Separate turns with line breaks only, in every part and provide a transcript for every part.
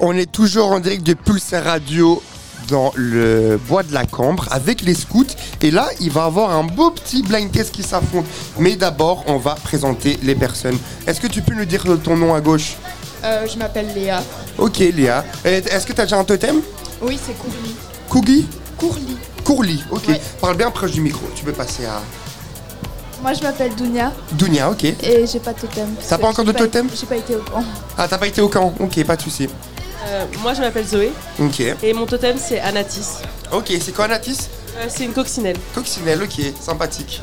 On est toujours en direct de Pulsar Radio dans le bois de la Cambre avec les scouts. Et là, il va avoir un beau petit blind test qui s'affronte. Mais d'abord, on va présenter les personnes. Est-ce que tu peux nous dire ton nom à gauche
Euh, je m'appelle Léa.
Ok, Léa. Euh, Est-ce que tu as déjà un totem
Oui, c'est Courly.
Kougli
Courly.
Courli, ok.
Ouais.
Parle bien proche du micro. Tu peux passer à
Moi je m'appelle Dunia
Dunia, ok.
et j'ai pas de totem.
T'as pas encore de
J'ai
totem
J'ai pas été au camp.
Ah, t'as pas été au camp Ok, pas de souci.
Euh, moi je m'appelle Zoé
Ok.
et mon totem c'est Anatis.
Ok, c'est quoi Natis
Euh, c'est une coccinelle.
Coccinelle, ok, sympathique.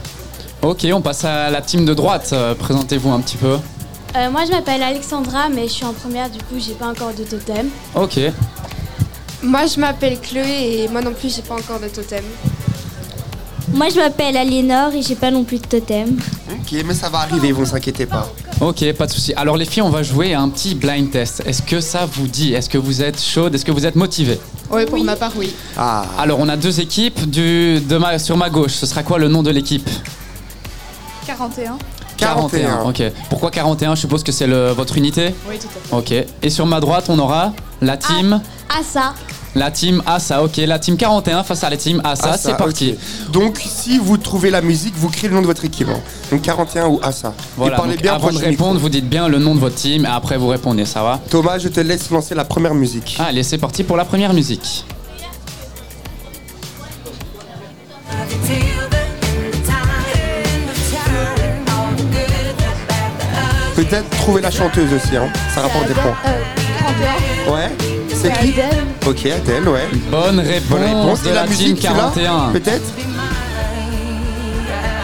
Ok, on passe à la team de droite. Euh, Présentez-vous un petit peu.
Euh, moi, je m'appelle Alexandra, mais je suis en première, du coup, j'ai pas encore de totem.
Ok.
Moi, je m'appelle Chloé et moi non plus, j'ai pas encore de totem.
Moi, je m'appelle Aliénor et j'ai pas non plus de totem.
Ok, mais ça va arriver, vous ne s'inquiétez pas.
Ok, pas de souci. Alors les filles, on va jouer à un petit blind test. Est-ce que ça vous dit Est-ce que vous êtes chaude Est-ce que vous êtes motivée
Oui, pour ma part, oui.
Ah,
Alors on a deux équipes du, de ma- sur ma gauche. Ce sera quoi le nom de l'équipe
41.
41.
Ok. Pourquoi 41 Je suppose que c'est le- votre unité.
Oui, tout à fait.
Ok. Et sur ma droite, on aura la team.
Ah, ça
La team Asa, ok, la team 41 face à la team Asa,
Ah, ça,
c'est parti.
ok. Donc, si vous trouvez la musique, vous criez le nom de votre équivalent. Donc 41 ou Asa.
Voilà,
Et parlez
donc
bien
avant
proche
de
du micro.
répondre, vous dites bien le nom de votre team et après vous répondez, ça va
Thomas, je te laisse lancer la première musique.
Allez, c'est parti pour la première musique.
Peut-être trouver la chanteuse aussi, hein. ça rapporte des points.
Euh, 41.
Ouais C'est qui
Adèle.
Ok, Adèle, ouais.
Bonne réponse,
Bonne réponse.
de
Et
la,
la
team
musique, tu l'as
41.
Peut-être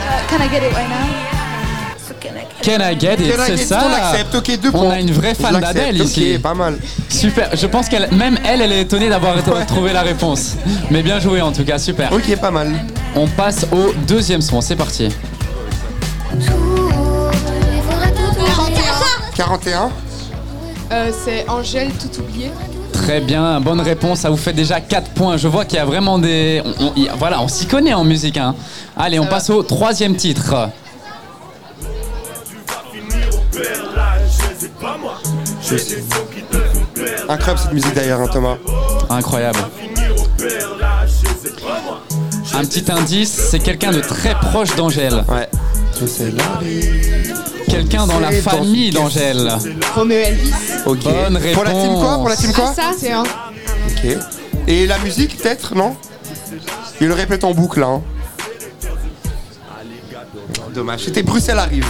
Euh, can I get it right now
Can I get it
Can I
C'est
get it
ça
On accepte, ok, deux
On
points.
a une vraie fan
Je l'accepte,
d'Adèle
ok,
ici.
pas mal.
Super, je pense qu'elle, même elle, elle est étonnée d'avoir trouvé la réponse. Mais bien joué en tout cas, super.
Ok, pas mal.
On passe au deuxième son, c'est parti.
41
Euh, c'est Angèle, tout oublié.
Très bien, bonne réponse, ça vous fait déjà 4 points. Je vois qu'il y a vraiment des... on- on- y- voilà, on s'y connaît en musique. hein. Allez, on passe au troisième titre.
Incroyable cette musique d'ailleurs, hein, Thomas.
Incroyable. Un petit indice, c'est quelqu'un de très proche d'Angèle.
Ouais. Je sais là.
Quelqu'un dans la
C'est dans
famille
une pièce.
d'Angèle.
Roméo
Ah,
Elvis.
Ok.
Bonne
Pour la team quoi Pour la team quoi
Ah, ça, c'est un.
Ok. Et la musique, peut-être, non Il le répète en boucle, hein. Dommage. C'était Bruxelles arrive.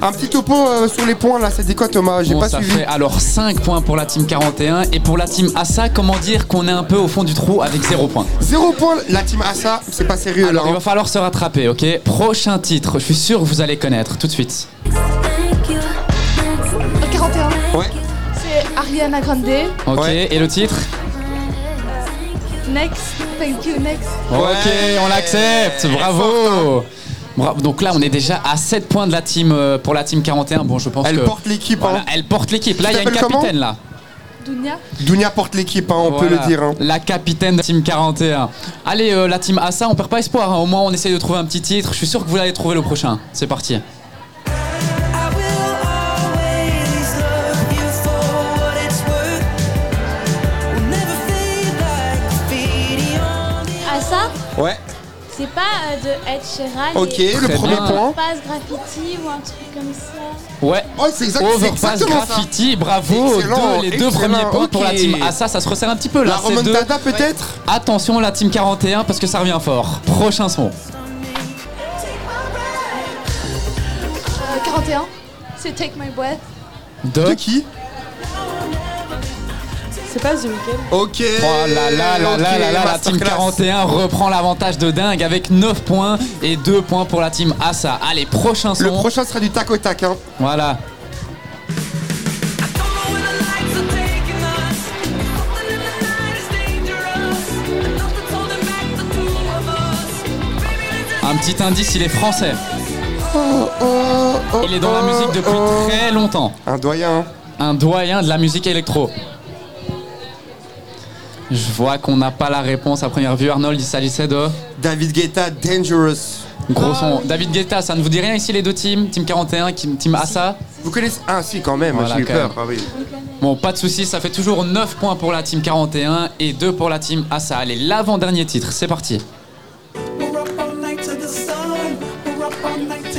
Un petit topo euh, sur les points là, ça dit quoi Thomas J'ai
Bon,
pas
ça
suivi.
fait alors 5 points pour la team 41 et pour la team Assa, comment dire qu'on est un peu au fond du trou avec 0 points.
Zéro point, la team Asa, c'est pas sérieux
Alors il
là. hein.
va falloir se rattraper, ok Prochain titre, je suis sûr que vous allez connaître tout de suite.
Euh, 41.
hein. Ouais.
C'est Ariana Grande.
Ok,
Ouais.
et le titre
Next. Thank you, next.
Ok, on l'accepte, bravo Bravo. Donc là, on est déjà à 7 points de la team euh, pour la team 41. Bon, je pense
Elle
que
porte l'équipe,
Voilà,
hein.
elle porte l'équipe. Là,
Tu
il y a une
t'appelles comment
capitaine là.
Dunia.
Dunia porte l'équipe, hein, on peut le
Voilà,
dire. hein.
La capitaine de Team 41. Allez, euh, la Team Assa, on perd pas espoir. hein. Au moins, on essaye de trouver un petit titre. Je suis sûr que vous allez trouver le prochain. C'est parti.
Ah, ça
Ouais.
C'est pas euh, de Ed Sheeran.
Ok,
et
le
Très
premier
bien.
point.
Passe graffiti ou un truc comme ça.
Ouais.
Oh, c'est exact, c'est
Overpass
exactement ça.
Graffiti, bravo.
Excellent,
Deux- les deux
excellent,
premiers points pour
ok.
la Team Assa. Ça se resserre un petit peu
La
là. c'est deux.
remontada peut-être
Attention, la Team 41 parce que ça revient fort. Prochain son.
Euh, 41. C'est Take My Breath.
Deux.
De qui
C'est pas The Weeknd.
Ok.
Oh là là là
ok,
là là là, la team
masterclass.
41 reprend l'avantage de dingue avec 9 points et 2 points pour la team Assa. Allez, prochain son.
Le prochain sera du tac au tac. Hein.
Voilà. Un petit indice, il est français. Il est dans la musique depuis
Oh,
très longtemps.
Un doyen. hein.
Un doyen de la musique électro. Je vois qu'on n'a pas la réponse à première vue. Arnold, il s'agissait de
David Guetta, Dangerous.
gros son. David Guetta, ça ne vous dit rien ici les deux teams Team 41, Team Assa
Vous connaissez Ah si quand même,
Voilà,
j'ai eu
quand
peur.
même.
Ah, oui.
Bon, pas de soucis, ça fait toujours 9 points pour la team 41 et 2 pour la team Assa. Allez, l'avant-dernier titre, c'est parti.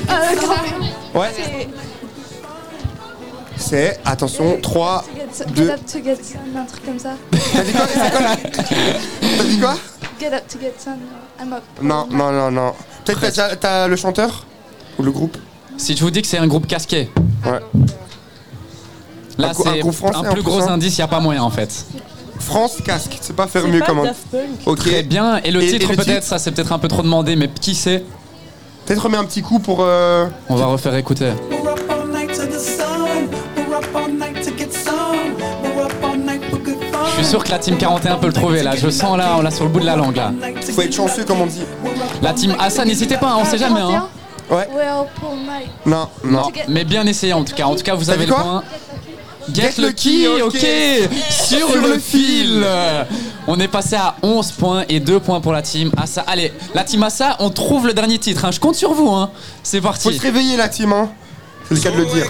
Euh, Grimper.
Ouais. C'est, attention, 3,
Get,
Deux.
get up to get sun, un truc comme ça.
t'as dit quoi
Get up to get sun, I'm up.
Non, non, non, non. Peut-être t'as déjà- t'as le chanteur Ou le groupe
Si je vous dis que c'est un groupe casqué,
Ouais.
là
Un gros- un
c'est
groupe français,
un
en
plus
plus,
gros
hein.
indice, il a pas moyen en fait.
France Casque, c'est pas faire
C'est
mieux
pas
comment.
Daft Punk.
Ok,
Très bien, et le
Et- et
titre
le
peut-être,
titre
ça c'est peut-être un peu trop demandé, mais qui sait
peut-être remets un petit coup pour. euh,
On va refaire écouter.
We're up all night to the sun. We're up all night to get some. We're up all night for good fun.
Je suis sûr que la team 41 peut le trouver là, je sens là, on l'a sur le bout de la langue là.
Faut être chanceux comme on dit.
La team Assa, n'hésitez pas, hein, on
Ah,
sait jamais hein.
Ouais. Ah.
We're up all night.
Non, non.
Non, mais bien essayé en tout cas, en tout cas vous
T'as
avez
dit
le
quoi
point.
Get
Get,
lucky,
lucky, ok,
ok.
sur,
Sur le
le
fil.
fil. On est passé à 11 points et 2 points pour la team Assa. Allez, la team Assa, on trouve le dernier titre, hein. je compte sur vous, hein. c'est
Faut se
parti.
réveiller la team, hein. C'est le cas de le dire.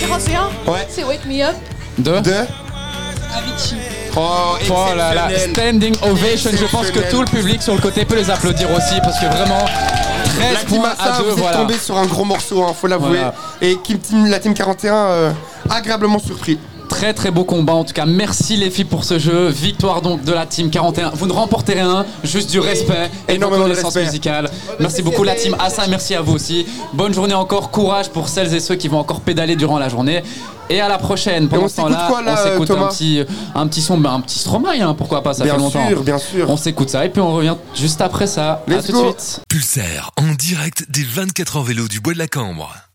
41
Ouais.
C'est Wake Me Up.
Deux.
Deux.
Avicii.
Oh,
Oh là là,
exceptionnel.
standing ovation. Je pense que
Exceptionnel.
tout le public sur le côté peut les applaudir aussi parce que vraiment 13
La team
points à
Assa,
2,
Eh, vous êtes
voilà.
tombé sur un gros morceau, hein, faut l'avouer.
Voilà.
Et Kim Team- la team 41, euh, agréablement surpris.
Très très beau combat en tout cas. Merci les filles pour ce jeu. Victoire donc de la team 41. Vous ne remportez rien, juste du respect et de
Énormément de
reconnaissance
respect.
musicale. Merci beaucoup la team Assa, merci à vous aussi. Bonne journée encore, courage pour celles et ceux qui vont encore pédaler durant la journée. Et à la prochaine.
on
Pendant ce
s'écoute
temps-là,
quoi, là,
on s'écoute un
Thomas
petit, un petit son, ben, un petit Stromae, hein, pourquoi pas, ça
bien
fait longtemps.
sûr, bien sûr.
On s'écoute ça et puis on revient juste après ça. à
Let's
tout
go.
de suite.
Pulsaire, en direct des 24 heures vélo du Bois de la Cambre.